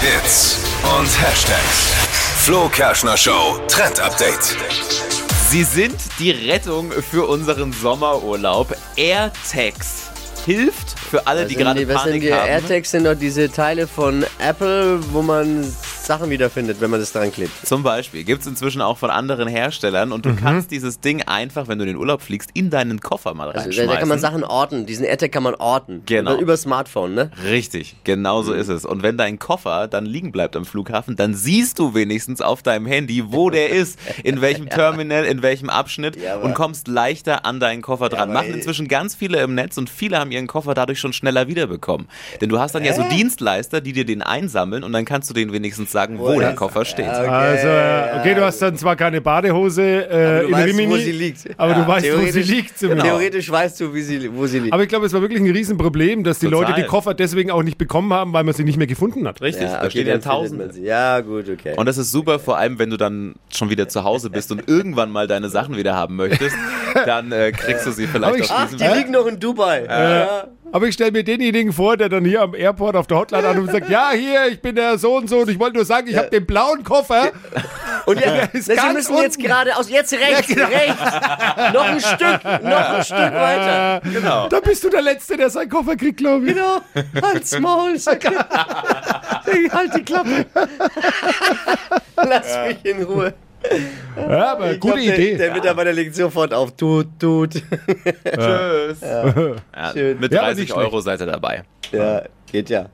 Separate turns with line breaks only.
Hits und Hashtags. Flo Kerschner Show Trend Update.
Sie sind die Rettung für unseren Sommerurlaub. AirTags hilft für alle, die
Sind
gerade
was sind
Panik
die
haben.
AirTags sind doch diese Teile von Apple, wo man Sachen wiederfindet, wenn man das dran klebt.
Zum Beispiel gibt es inzwischen auch von anderen Herstellern
Mhm.
und du kannst dieses Ding einfach, wenn du in den Urlaub fliegst, in deinen Koffer mal
Also,
reinschmeißen.
da, da kann man Sachen orten. Diesen AirTag kann man orten.
Genau.
Über, über Smartphone,
Äh,
ne?
Richtig, genau
Mhm.
so ist es. Und wenn dein Koffer dann liegen bleibt am Flughafen, dann siehst du wenigstens auf deinem Handy, wo der ist, in welchem Terminal, in welchem Abschnitt
Ja, aber-
und kommst leichter an deinen Koffer dran.
aber-
Machen inzwischen ganz viele im Netz und viele haben ihren Koffer dadurch schon schneller wiederbekommen. Denn du hast dann ja so Dienstleister, die dir den einsammeln und dann kannst du denen wenigstens sagen,
Oh,
wo der Koffer steht.
Also, äh, okay, du hast dann zwar keine Badehose äh,
Du
in
weißt,
Rimini,
wo sie liegt.
aber
Ja,
du weißt, wo sie
theoretisch-
liegt. zumindest.
Theoretisch weißt du, wie sie, wo sie liegt.
Aber ich glaube, es war wirklich ein Riesenproblem, dass die
Total.
Leute die Koffer deswegen auch nicht bekommen haben, weil man sie nicht mehr gefunden hat.
Richtig,
ja,
da
okay,
stehen ja
dann findet
Tausende.
man sie. Ja, gut, okay.
Und das ist super, vor allem wenn du dann schon wieder zu Hause bist und irgendwann mal deine Sachen wieder haben möchtest, dann äh, kriegst du sie
Aber
vielleicht
ich-
auf
Ach,
diesem
die liegen noch in Dubai. Ja.
Aber ich stelle mir denjenigen vor, der dann hier am Airport auf der Hotline anruft und sagt, ja, hier, ich bin der so und so und ich wollte nur sagen, ich habe den blauen Koffer.
Und ja,
ist
na, sie
ganz
müssen jetzt
unten. genau.
geradeaus, jetzt rechts, rechts. Noch ein Stück, noch ein Stück weiter.
Genau.
Da bist du der Letzte, der seinen Koffer kriegt, glaube ich.
Genau, halt's Maul. sag ich. halt die Klappe. Lass mich in Ruhe.
Ja, aber
Ich
gute
glaub,
Idee.
Der, der Mitarbeiter legt sofort auf. Tut, tut.
Tschüss. Ja.
Schön.
Mit
Ja, aber nicht
30 Euro seid ihr dabei.
Ja, geht ja.